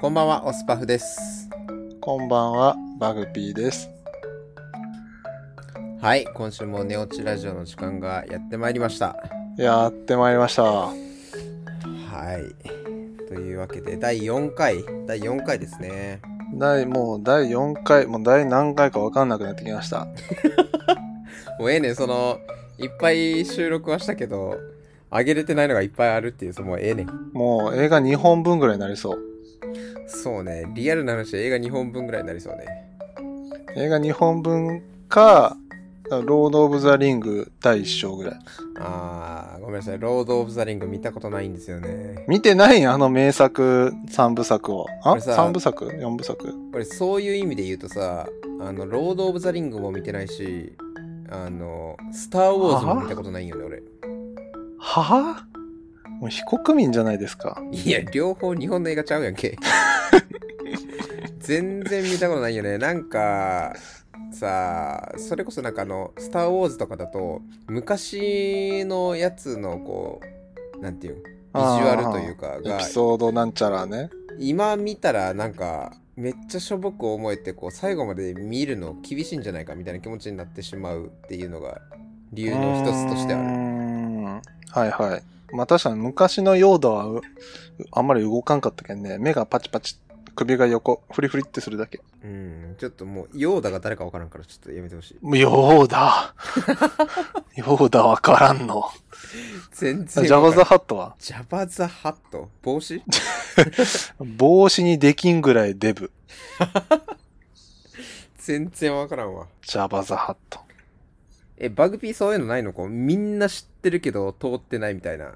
こんばんは、オスパフです。こんばんは、バグピーです。はい、今週もネオチラジオの時間がやってまいりました。はやってまいりました。い。というわけで、第4回、第4回ですね。第、もう第4回、もう第何回かわかんなくなってきました。もうええねん、その、いっぱい収録はしたけど、上げれてないのがいっぱいあるっていう、そのもうええねん。もう映画2本分ぐらいになりそう。そうね、リアルな話で映画2本分ぐらいになりそうね。映画2本分か、ロード・オブ・ザ・リング第1章ぐらい。あー、ごめんなさい、ロード・オブ・ザ・リング見たことないんですよね。見てないんあの名作3部作を。あ俺さ ?3 部作 ?4 部作これ、そういう意味で言うとさ、あの、ロード・オブ・ザ・リングも見てないし、あの、スター・ウォーズも見たことないんよね、俺。ははもう非国民じゃないですか。いや、両方日本の映画ちゃうやん け。全然見たことないよね。なんか、さあ、それこそなんかあの、スター・ウォーズとかだと、昔のやつのこう、なんていうのビジュアルというかあー。がエピ、ソードなんちゃらね。今見たらなんか、めっちゃしょぼく思えて、こう、最後まで見るの厳しいんじゃないかみたいな気持ちになってしまうっていうのが、理由の一つとしてあうーる。んはいはい。まあ確かに昔のヨーダはうあんまり動かんかったけんね。目がパチパチ、首が横、フリフリってするだけ。うん、ちょっともう、ヨーダが誰かわからんから、ちょっとやめてほ しい。ヨーダ ヨーダわからんの。全然ジわからャん。バザハットはジャバザハット帽子 帽子にできんぐらいデブ。全然わからんわ。ジャバザハット。え、バグピーそういうのないのこうみんな知ってるけど通ってないみたいな。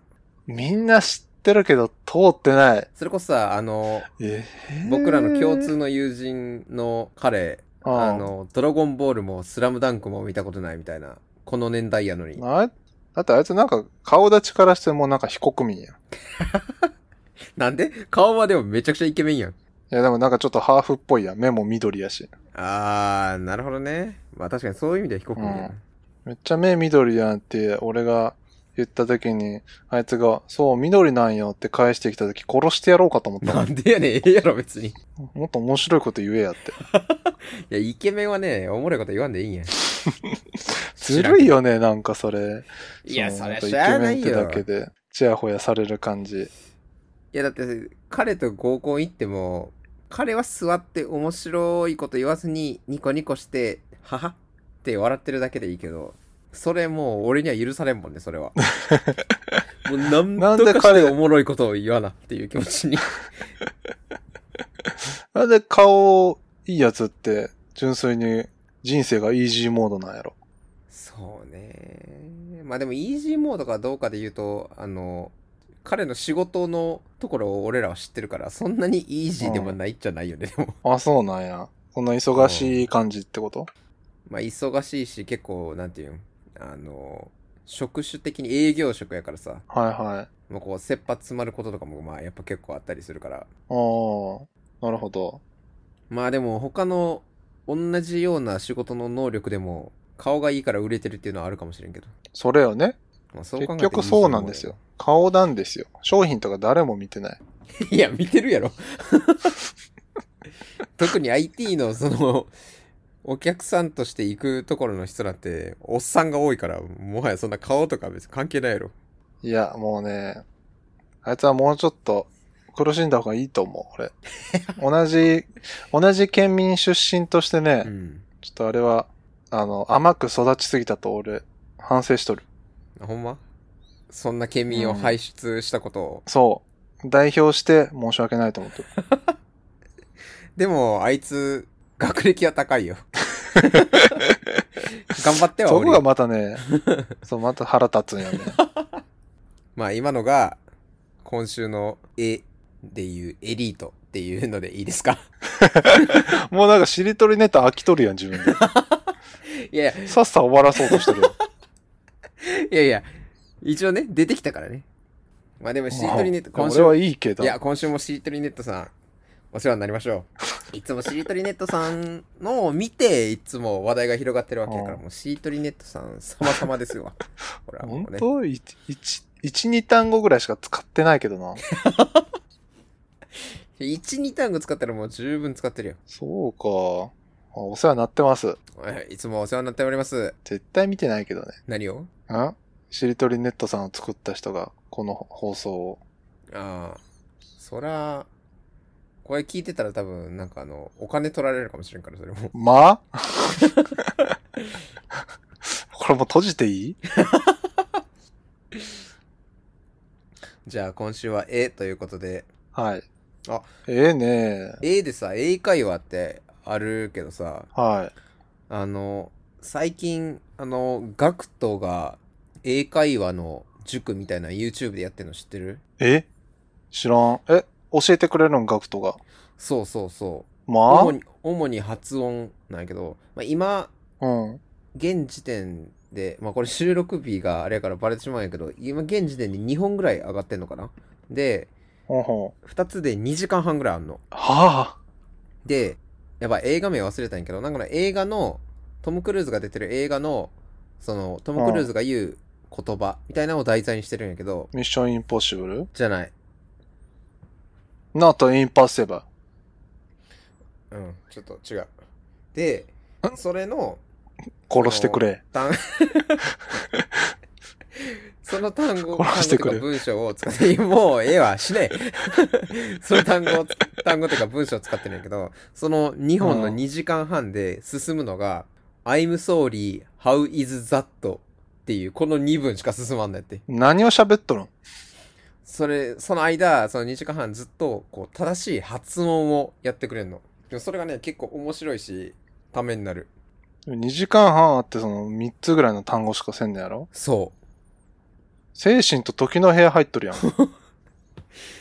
みんな知ってるけど通ってない。それこそさ、あの、えー僕らの共通の友人の彼、ああのの、ドラゴンボールもスラムダンクも見たことないみたいな。この年代やのに。あいだってあいつなんか顔立ちからしてもうなんか非国民やん。いなんで顔はでもめちゃくちゃイケメンやん。やでもなんかちょっとハーフっぽいやん。目も緑やし。あー、なるほどね。まあ確かにそういう意味では非国民やな。めっちゃ目緑やんって俺が言った時に、あいつが、そう、緑なんよって返してきた時、殺してやろうかと思ったなもんでやねん、ええやろ別に。いん。もっと面白いこと言えやって。や、イケメンはね、おもろいこと言わんでいいんや。ずるいよね、なんかそれ。いや、のそりゃなんかしゃあなイいケメンよって。だけで、ちやほやされる感じ。いやだって彼と合コン行っても彼は座って面白いこと言わずにニコニコして「はは」って笑ってるだけでいいけどそれもう俺には許されんもんねそれ はもう何なんとでかし彼ておもろいことを言わなっていう気持ちに なんで顔いいやつって、純粋に人生がイージーモードなんやろ。そうねまあでもイージーモードかどうかで言うとあの彼の仕事のところを俺らは知ってるからそんなにイージーでもないっちゃないよね、でもあ、そうなんや。そんな忙しい感じってことまあ忙しいし結構なんていうんあの職種的に営業職やからさはいはい。もうこう切羽詰まることとかもまあやっぱ結構あったりするからあーなるほど。まあでも他の同じような仕事の能力でも顔がいいから売れてるっていうのはあるかもしれんけど、それよね。まあ、そ結局そうなんですよ。顔なんですよ。商品とか誰も見てない。いや見てるやろ 特に IT のそのお客さんとして行くところの人なんておっさんが多いからもはやそんな顔とか別に関係ないやろいや、もうね、あいつはもうちょっと苦しんだ方がいいと思う、俺。 同じ、同じ県民出身としてね、うんちょっとあれは、あの、甘く育ちすぎたと俺、反省しとる。あほんまそんな県民を輩出したことを、そう。代表して申し訳ないと思ってる。でもあいつ学歴は高いよ 頑張ってはそおこりがまたね、そう、また腹立つんよね。 まあ今のが今週の「え」でいうエリートっていうのでいいですか もうなんかしりとりネタ飽きとるやん、自分で。いやい さっさ終わらそうとしてるよ。やいやいや一応ね出 てきたからねまあでもしりとりネット今週俺はいいけど。いや今週もしりとりネットさんお世話になりましょう。 いつもしりとりネットさんのを見て、いつも話題が広がってるわけだから、うんもうしりとりネットさん様々です わ。ほら、も本うね。当一、一、一二単語ぐらいしか使ってないけどな。 1、2単語使ったらもう十分使ってるよ。そうか。あお世話になってます。はいいつもお世話になっております。絶対見てないけどね。何をんしりとりネットさんを作った人が、この放送を。ああ、そら、これ聞いてたら多分、なんかあの、お金取られるかもしれんから、それも。 まあこれもう閉じていいじゃあ今週は絵ということで、はい。あ、ええね絵でさ、英会話ってあるけどさ、はあの、最近、あの、ガクトが英会話の塾みたいな YouTube でやってるの知ってるい。え知らん。え教えてくれるんガクトが。そうそうそう。ま主に、主に発音なんやけど、まあ、今、あうん。現時点で、まあこれ収録日があれやからバレてしまうんやけど、今現時点で2本ぐらい上がってんのかなで、ほんほん。 2つで2時間半ぐらいあんの。はあ。で、やばい、映画名忘れたんやけど、なんかね、映画の、トム・クルーズが出てる映画の、その、トム・クルーズが言う言葉みたいなのを題材にしてるんやけど、ミッションインポッシブルじゃない。ナートインパッセブうん、ちょっと違う。で、んそれの、殺してくれ。 単、その単語、殺してくれ単語とか文章を使って、 もうええわ、しね え。その単語を、単語とか文章を使ってるんやけど、その2本のうん2時間半で進むのが、I'm sorry, how is that? っていう、この2文しか進まんだって。何を喋っとるんそれ、その間、その2時間半ずっと、こう、正しい発音をやってくれるの。でもそれがね、結構面白いし、ためになる。 ?2 時間半あってその3つぐらいの単語しかせんのやろそう。精神と時の部屋入っとる やん。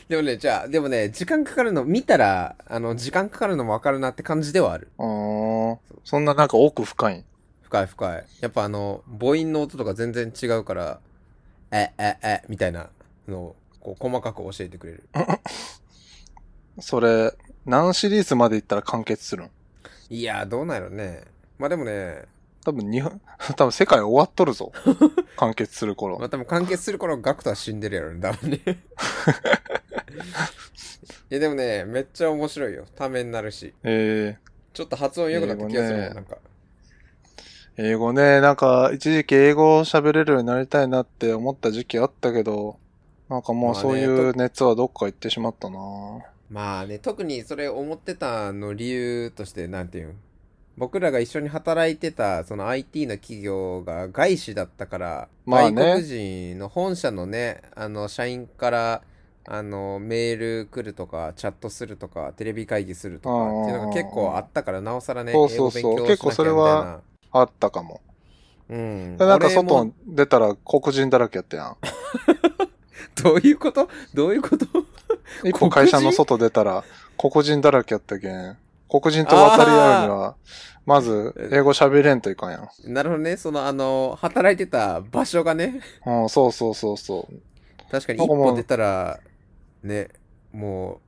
でもね、じゃあ、でもね、時間かかるの、見たら、あの、時間かかるのもわかるなって感じではある。うーん。そんななんか奥深いん。深い深い。やっぱあの、母音の音とか全然違うから、え、え、え、みたいなのを、こう、細かく教えてくれる。それ、何シリーズまでいったら完結するんいやー、どうなんやろね。まあでもね、多分日本、 多分世界終わっとる ぞ。完結する頃ま。あ多分完結する頃、ガクトは死んでるやろね、多分ね。いや、でもね、めっちゃ面白いよ。ためになるし。えちょっと発音良くなった気がするも英語ん、ねなんか。ー、英語ね、なんか一時期英語喋れるようになりたいなって思った時期あったけど、なんかもうそういまあねう熱はどっか行ってしまったなまあね、特にそれ思ってたの理由として、なんていうん僕らが一緒に働いてた、その IT の企業が外資だったから、まあね外国人の本社のね、あの、社員から、あの、メール来るとか、チャットするとか、テレビ会議するとうんかうんうんうっんていうのが結構あったから、なおさらね、そうそうそう英語勉強しなきゃ結構それはあったかも。みたいな。うん。でなんか俺も 外出たら黒人だらけやったやん。どういうことどういうこと 一歩会社の外出たら黒人だらけやったけん。黒人と渡り合うには、まず英語喋れんといかんやん。なるほどね、その、あの、働いてた場所がね、うん、そうそうそうそう。確かにな一んかもう歩出たらねもう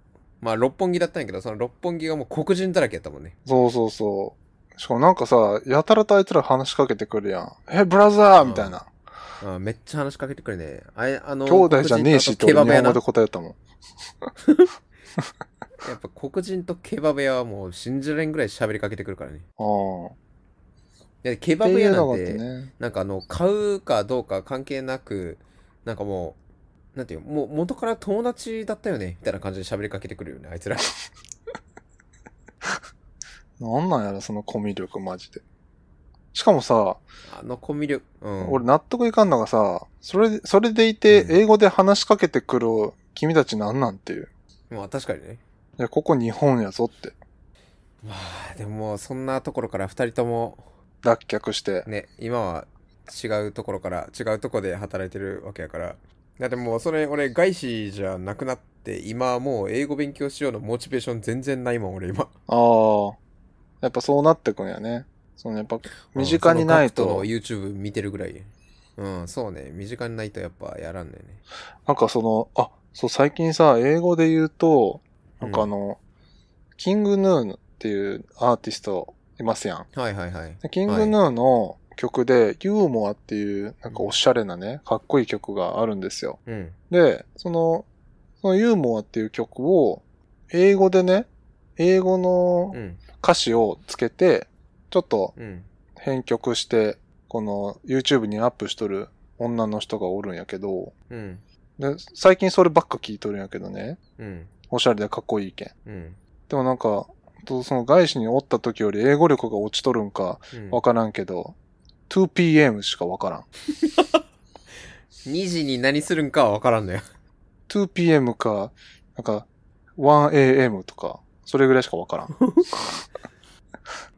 まあ六本木だったんやけどその六本木がもう黒人だらけやったもんねそうそうそう。しかもなんかさ、やたらとあいつら話しかけてくるやん。え、ブラザーみたいな。あめっちゃ話しかけてくるねあれあの兄弟じゃねえしって黒俺人とあとケバブ屋なや日本語で答えたもん。っぱ黒人とケバブ屋はもう信じられんぐらい喋りかけてくるからねうん。っでケバてブい屋うなのがんあっててね。なんかあの買うかどうか関係なくなんかもうなんていうもう元から友達だったよねみたいな感じで喋りかけてくるよねあいつらなんなんやろ、そのコミュ力マジで。しかもさ、あのコミュ力うん俺納得いかんのがさ、それで、それでいてうん英語で話しかけてくる君たちなんなんっていう。まあ確かにねいや、ここ日本やぞって。まあでももうそんなところから二人とも脱却して。ね、今は違うところから、違うとこで働いてるわけやから。だってもうそれ、俺、外資じゃなくなって、今はもう英語勉強しようのモチベーション全然ないもん、俺今。ああ。やっぱそうなってくんやね。そのやっぱ、 身近にないうんそのとガ、クトの YouTube 見てるぐらい。うん、そうね。身近にないとやっぱやらんだよね。なんかその、あ、そう、最近さ、英語で言うと、なんかあの、キングヌーンっていうアーティストいますやん。はいはいはい。でキングヌーの曲で、ユーモアっていう、なんかおしゃれなね、かっこいい曲があるんですよ。うん。で、その、そのユーモアっていう曲を、英語でね、英語のうん。歌詞をつけて、ちょっとうん。編曲して、この YouTube にアップしとる女の人がおるんやけど、うん。で、最近そればっか聞いとるんやけどね、うん。おしゃれでかっこいいけん。うん。でもなんか、とその外資におった時より英語力が落ちとるんかうんわからんけど、2pm しかわからん。 2時に何するんかは分からんのよ。 2pm か、なんか、1am とか、それぐらいしかわからん。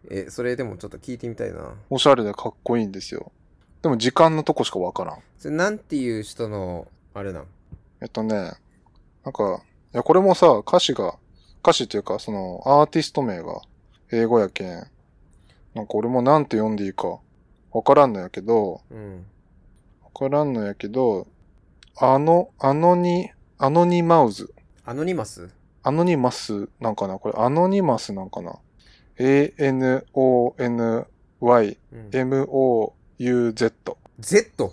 え、それでもちょっと聞いてみたいな。おしゃれでかっこいいんですよ。でも時間のとこしかわからん。それなんていう人の、あれなんえっとね、なんか、いや、これもさ、歌詞が、歌詞というか、その、アーティスト名が英語やけん、なんか俺もなんて読んでいいか、わからんのやけど、うん。わからんのやけど、あの、あのに、アノニマウズ。アノニマスアノニマスなんかなこれ、アノニマスなんかな ?A-N-O-N-Y-M-O-U-Z。うん。Z?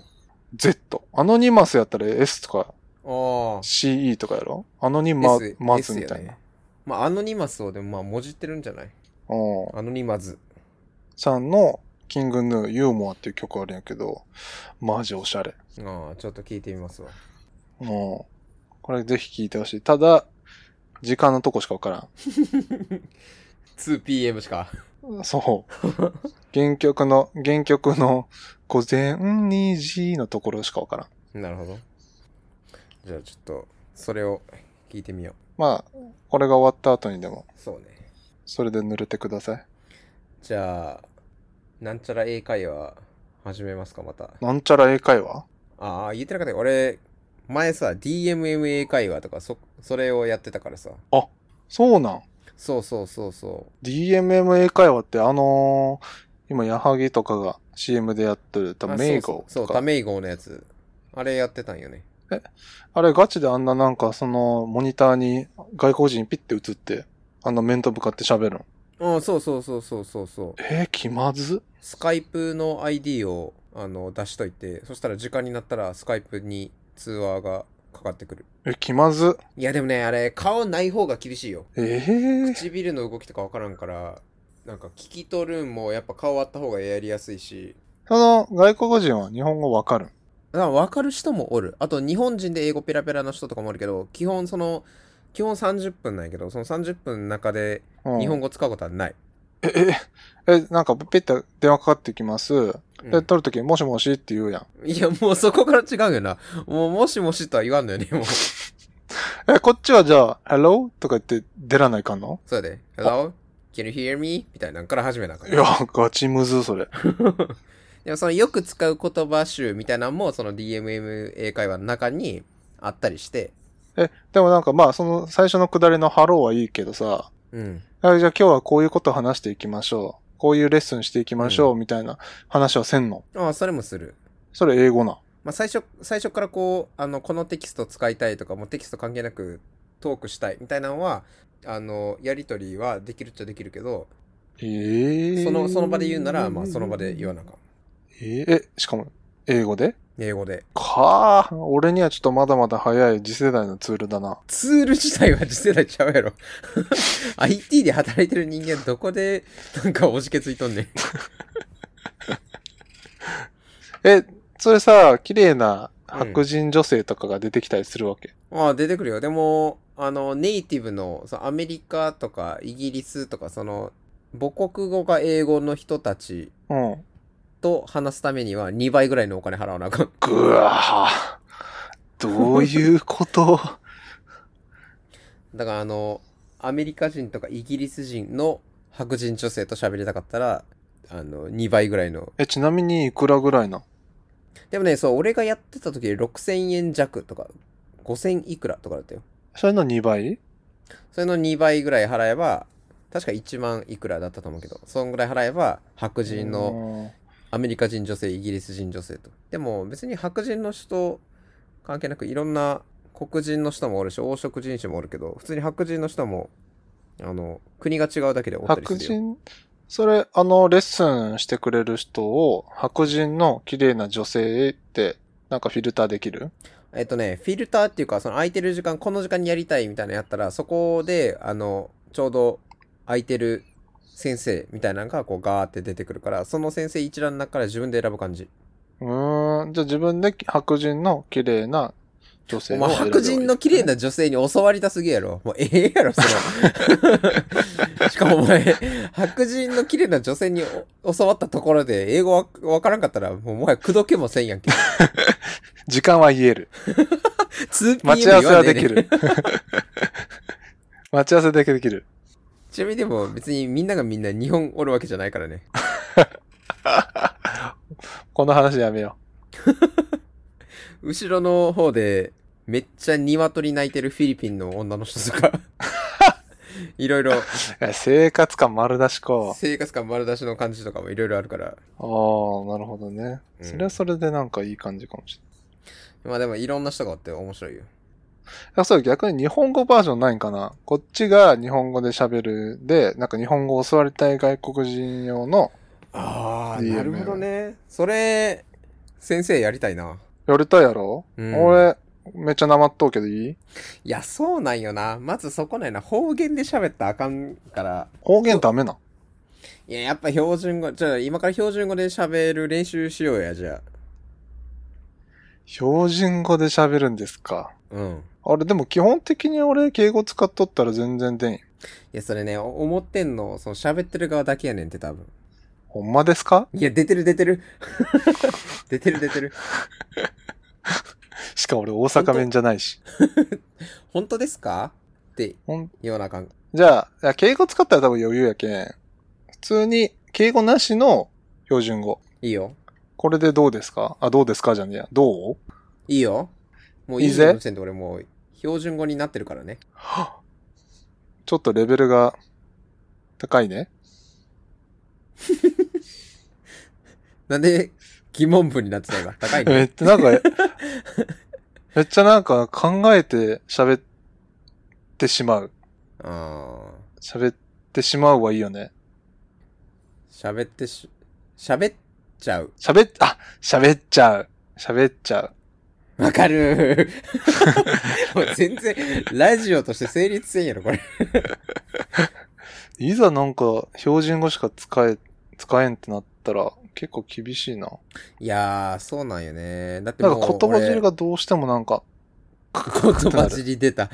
Z。アノニマスやったら S とかああ。 CE とかやろアノニマ S マスみたい S やなね。まあ、アノニマスをでもまあ、もじってるんじゃないうん。アノニマズ。さんのキングヌーユーモアっていう曲あるんやけど、マジオシャレ。ああ、ちょっと聞いてみますわ。うん。これぜひ聴いてほしい。ただ、時間のとこしかわからん。 2PM しか。 そう。原曲の、原曲の午前2時のところしかわからん。なるほど。じゃあちょっと、それを聞いてみよう。まあ、これが終わった後にでも、そうね。それで濡れてください。じゃあ、なんちゃら英会話始めますか、また。なんちゃら英会話ああ、言ってなかったよ。俺、前さ、DMM 英会話とか、そ、それをやってたからさ。そうなん。そうそうそうそ DMM 英会話ってあのー、今、矢作とかが CM でやってる、う。多分メイあゴそうそうとそう、ダか。メイゴのやつ。あれやってたんよね。あれガチであんななんか、その、モニターに外国人ピッて映って、あの面と向かって喋るの。うん、そうそうそうそうそうそう。えー、気まずスカイプの ID をあの出しといて、そしたら時間になったらスカイプに通話がかかってくる。え、気まずいやでもね、あれ、顔ない方が厳しいよ。えー、唇の動きとかわからんから、なんか聞き取るんもやっぱ顔あった方がやりやすいし、その、外国人は日本語わかるだから分かる人もおる。あと日本人で英語ペラペラな人とかもおるけど、基本その、基本30分なんやけど、その30分の中でうん日本語使うことはない。え、え、え、なんか、ピッて電話かかってきます。うんで、取るとき、もしもしって言うやん。いや、もうそこから違うよな。もう、もしもしとは言わんのよね、もう。え、こっちはじゃあ、hello? とか言って出らないかんのそうやで、Hello? Can you hear me? みたいなのから始めなあかんいや、ガチむず、それ。でもそのよく使う言葉集みたいなのもその DMM 英会話の中にあったりして、え、でもなんか、まあ、その、最初のくだりの hello はいいけどさ、うん。あじゃあ今日はこういうこと話していきましょう。こういうレッスンしていきましょう、みたいな話はせんの。ああ、それもする。それ英語な。まあ最初、最初からこう、あの、このテキスト使いたいとか、もうテキスト関係なくトークしたいみたいなのは、あの、やりとりはできるっちゃできるけど、えー、その、その場で言うなら、まあその場で言わなあかん。えー、え、しかも、英語で英語で。かあ、俺にはちょっとまだまだ早い次世代のツールだな。ツール自体は次世代ちゃうやろ。IT で働いてる人間どこで、なんかおじけついとんねん。え、それさ、綺麗な白人女性とかが出てきたりするわけ。ああ、出てくるよ。でも、あの、ネイティブの、そのアメリカとかイギリスとか、その、母国語が英語の人たちうん。と話すためには2倍ぐらいのお金払わなあかん。 ぐわぁ。どういうこと だから、あの、アメリカ人とかイギリス人の白人女性と喋りたかったら、あの、2倍ぐらいの。え、ちなみにいくらぐらいなでもね、そう、俺がやってた時6000円弱とか、5000いくらとかだったよ。それの2倍それの2倍ぐらい払えば、確か1万いくらだったと思うけど、そんぐらい払えば、白人の、アメリカ人女性、イギリス人女性と。でも別に白人の人関係なくいろんな黒人の人もおるし、黄色人種もおるけど、普通に白人の人もあの、国が違うだけでおったり白するよ。人、それ、あの、レッスンしてくれる人を、白人の綺麗な女性って、なんかフィルターできるえっとね、フィルターっていうか、その空いてる時間、この時間にやりたいみたいなのやったら、そこで、あの、ちょうど空いてる先生みたいなのが、こう、ガーって出てくるから、その先生一覧の中から自分で選ぶ感じ。うーん、じゃあ自分で白人の綺麗な女性おを前、選べばいい白人の綺麗な女性に教わりたすぎやろ。もう、ええやろ、それ。 しかもお前、白人の綺麗な女性にお教わったところで、英語わわからんかったら、もう、もはや口説けもせんやんけ。時間は言える。 2PM 待ち合わせ 言わはんええねでんきる。 待ち合わせだけできる。ちなみにでも別にみんながみんな日本おるわけじゃないからね。この話やめよ後ろの方でめっちゃ鶏鳴いてるフィリピンの女の人と か、いろいろう。え生活感丸出しか。ああ、な生活感丸出しの感じとかもいろいろあるから。るほどね。うんそれはそれでなんかいい感じかもしれまあでもいろんな人がおって面白いよ。ない。あそう、逆に日本語バージョンないんかなこっちが日本語で喋るで、なんか日本語を教わりたい外国人用の、あーなるほどね。それ、先生やりたいな。やりたいやろ、うん俺、めっちゃなまっとうけどいいいや、そうなんよな。まずそこないな。方言で喋ったらあかんから。方言ダメなんいや、やっぱ標準語、じゃあ今から標準語で喋る練習しようや、じゃ標準語で喋るんですか。あ。うん。あれ、でも基本的に俺、敬語使っとったら全然でんよ。いや、それね、お思ってんの、その喋ってる側だけやねんって多分。ほんまですかいや、出てる出てる。 出てる出てる。しかも俺大阪弁じゃないし。本当ですかってほん言わなあかん。じゃあ、いや敬語使ったら多分余裕やけん。普通に敬語なしの標準語。いいよ。これでどうですかあ、どうですかじゃねえや。どういいよ。もういいいいぜの時点で俺もう標準語になってるからね。ちょっとレベルが高いね。なんで疑問文になってた今。高いめね。っちゃなん か、めっちゃなんか考えて喋ってしまう。あー喋ってしまうはいいよね。喋ってし、喋っちゃう。喋っ、あ、喋っちゃう。喋っちゃう。わか るもう全然、ラジオとして成立せんやろ、これ。いざなんか標準語しか使え、使えんってなったら結構厳しいな。いやー、そうなんよね。だってなもうんか言葉俺汁がどうしてもなんか、言葉尻出 た。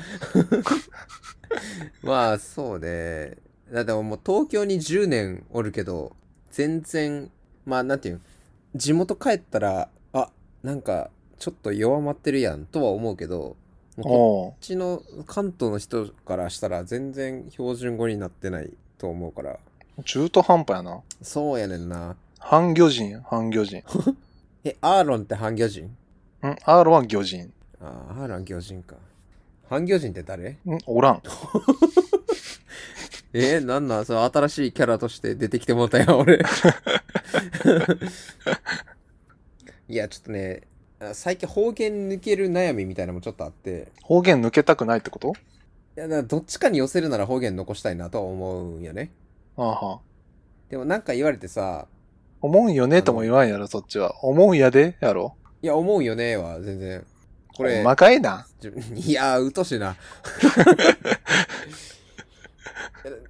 まあ、そうね。だってもう東京に10年おるけど、全然、まあ、なんていうん地元帰ったら、あ、なんか、ちょっと弱まってるやんとは思うけど、もうこおうっちの関東の人からしたら全然標準語になってないと思うから。中途半端やな。そうやねんな。半魚人や、半魚人。え、アーロンって半魚人ん ?R は魚人。ああ、アーロン魚人か。半魚人って誰んおらん。えー、なんなんその新しいキャラとして出てきてもうたよ、俺。 いや、ちょっとね、あ最近方言抜ける悩みみたいなのもちょっとあって、方言抜けたくないってこといやだからどっちかに寄せるなら方言残したいなとは思うんよね。ああはん。でもなんか言われてさ、思うんよねとも言わんやろ、そっちは。思うんやでやろ。いや、思うよねは全然。これ、細かいな。自分 いやー、うとしいな。いや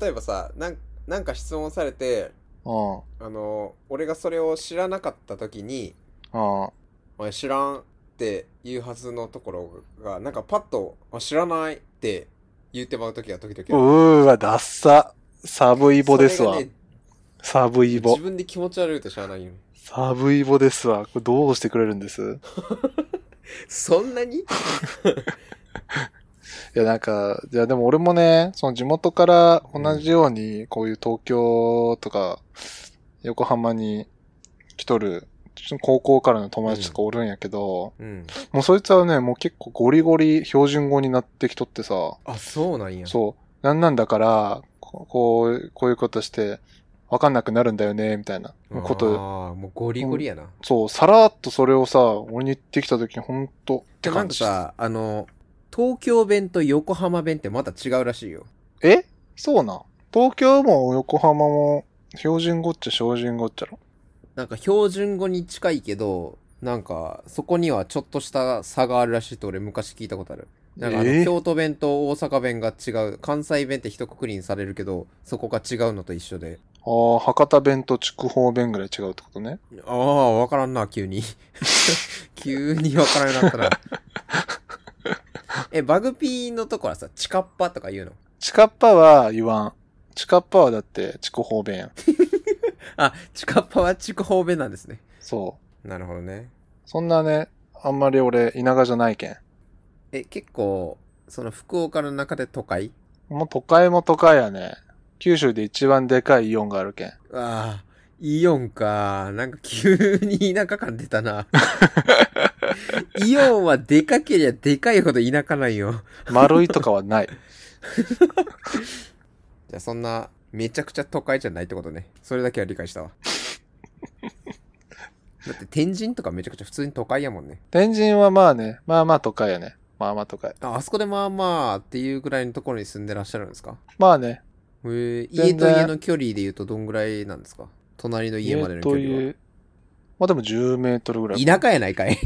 例えばさなん、なんか質問されて、うん。うん。あの、俺がそれを知らなかった時に、あおい知らんって言うはずのところがなんかパッとあ知らないって言ってまう時が時々うーわ、ダッサ。サブイボですわそ。れがねサブイボ自。分で気持ち悪いと知らないよサブイボですわ。これどうしてくれるんですそんなにいや、なんか、いや、でも俺もね、その地元から同じように、こういう東京とか、横浜に来とる、高校からの友達とかおるんやけど、うんもうそいつはね、もう結構ゴリゴリ標準語になってきとってさ、あそうなんやそう、なんなんだから、ここう、こういうことして、わかんなくなるんだよね、みたいなこと、ああもうゴリゴリやな、そう、さらっとそれをさ、俺に言ってきた時にほんと、ってでもなん感かじ。さあの東京弁と横浜弁ってまた違うらしいよえそうなん。東京も横浜も標準語っちゃ標準語っちゃろ。なんか標準語に近いけど、なんかそこにはちょっとした差があるらしいと俺昔聞いたことある。なんかあのえー京都弁と大阪弁が違う。関西弁って一括りにされるけど、そこが違うのと一緒で。ああ、博多弁と筑豊弁ぐらい違うってことね。ああ、わからんな、急に。 急にわからんようになった な。え、バグピーのとこはさ、チカッパとか言うのチカッパは言わん。チカッパはだって筑豊弁やん。あ、チカッパは筑豊弁なんですね。そう。なるほどね。そんなね、あんまり俺、田舎じゃないけん。え、結構、その福岡の中で都会もう都会も都会やね。九州で一番でかいイオンがあるけん。ああ、イオンか。なんか急に田舎感出たな。イオンはでかけりゃでかいほど田舎なんよ。丸いとか はない。じゃあそんな、めちゃくちゃ都会じゃないってことね。それだけは理解したわ。だって天神とかめちゃくちゃ普通に都会やもんね。天神はまあね、まあまあ都会やね。まあまあ都会。あ、あそこでまあまあっていうぐらいのところに住んでらっしゃるんですかまあね、へえ、全然家と家の距離で言うとどんぐらいなんですか隣の家までの距と離は。いう。まあでも10メートルぐらい。田舎やない かい。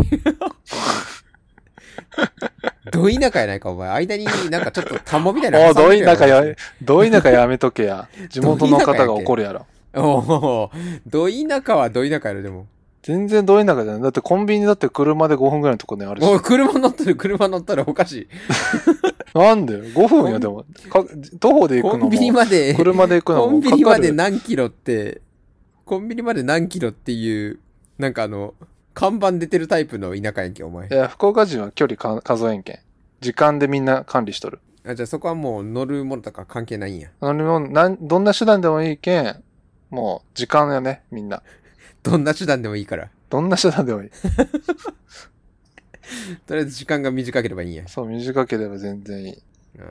ど田舎やないか、お前。間になんかちょっと田んぼみたいなおう、挟んどでいるなかや、どいなかやめと けや。地元のど田舎やけ方が怒るやろ。おーど田舎はど田舎やろ、でも。全然どいなかじゃない。だってコンビニだって車で5分ぐらいのとこにあるし。もう車乗ってる、車乗ったらおかしなんで ?5 分よ、でも。か徒歩でい。行コくのンビニも、まで、車で行くのコもンかビかるニまで何キロって、コンビニまで何キロっていう、なんかあの、看板出てるタイプの田舎やんけ、お前い。や、福岡人は距離か数えんけん。時間でみんな管理しとる。あじゃあそこはもう乗るものとか関係ないんや。何も、なん、どんな手段でもいいけん、もう、時間やね、みんな。どんな手段でもいいから。どんな手段でもいい。とりあえず時間が短ければいいんや。そう、短ければ全然いい。うん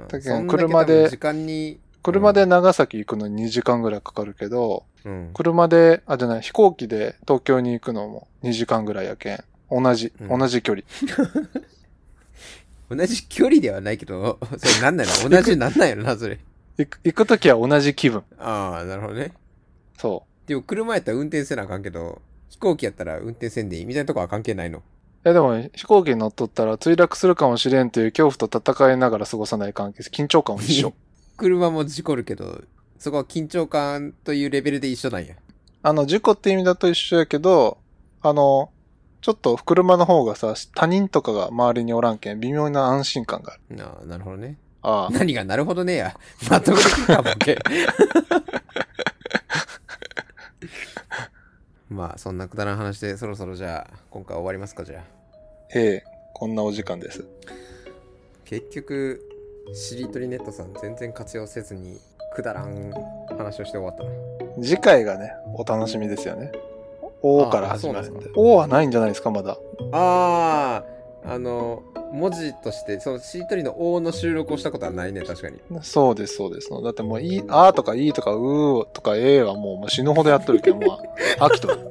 だけどそんだけ車で多分時間に、車で長崎行くのに2時間ぐらいかかるけど、うん。車で、あ、じゃない、飛行機で東京に行くのも2時間ぐらいやけん。同じ、うん同じ距離。同じ距離ではないけど、 それなんないの同じなんないのな、それ。行く、行くときは同じ気分。ああ、なるほどね。そう。でも車やったら運転せなあかんけど、飛行機やったら運転せんでいいみたいなとこは関係ないの。え、でも、飛行機に乗っとったら墜落するかもしれんっていう恐怖と戦いながら過ごさない関係です。緊張感は一緒。車も事故るけど、そこは緊張感というレベルで一緒なんや。あの、事故って意味だと一緒やけど、あの、ちょっと車の方がさ、他人とかが周りにおらんけん、微妙な安心感がある。ああ、なるほどね。ああ。何がなるほどねえや。納得できるか、ボ ケ。まあ、そんなくだらん話で、そろそろじゃあ、今回終わりますか、じゃあ。ええ、こんなお時間です。結局しりとりネットさん全然活用せずにくだらん話をして終わったな次回がね、お楽しみですよね。おおから始まるあんでそうなんです。かおはないんじゃないですか、まだ。あーあの文字としてそのしりとりの「お」の収録をしたことはないね確かにそうです、そうです。だってもう、いい、あーとかいいとか、うーとかええはもうもう死ぬほどやっとるけん、まあ、飽きとる。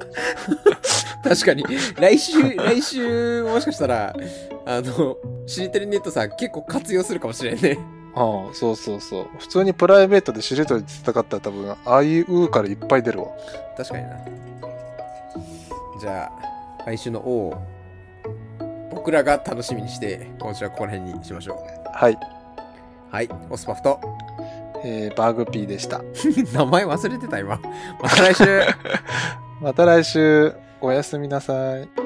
確かに来 週来週もしかしたらあのしりとりネットさん結構活用するかもしれんね ああ、そうそうそう。普通にプライベートでしりとりで戦ったら多分、ああいううーからいっぱい出るわ。確かになじゃあ来週の「お」を僕らが楽しみにして今週はここら辺にしましょはい。うはいオスパフとえー、バーグピーでした。 名前忘れてた今。また来週また来週、おやすみなさい。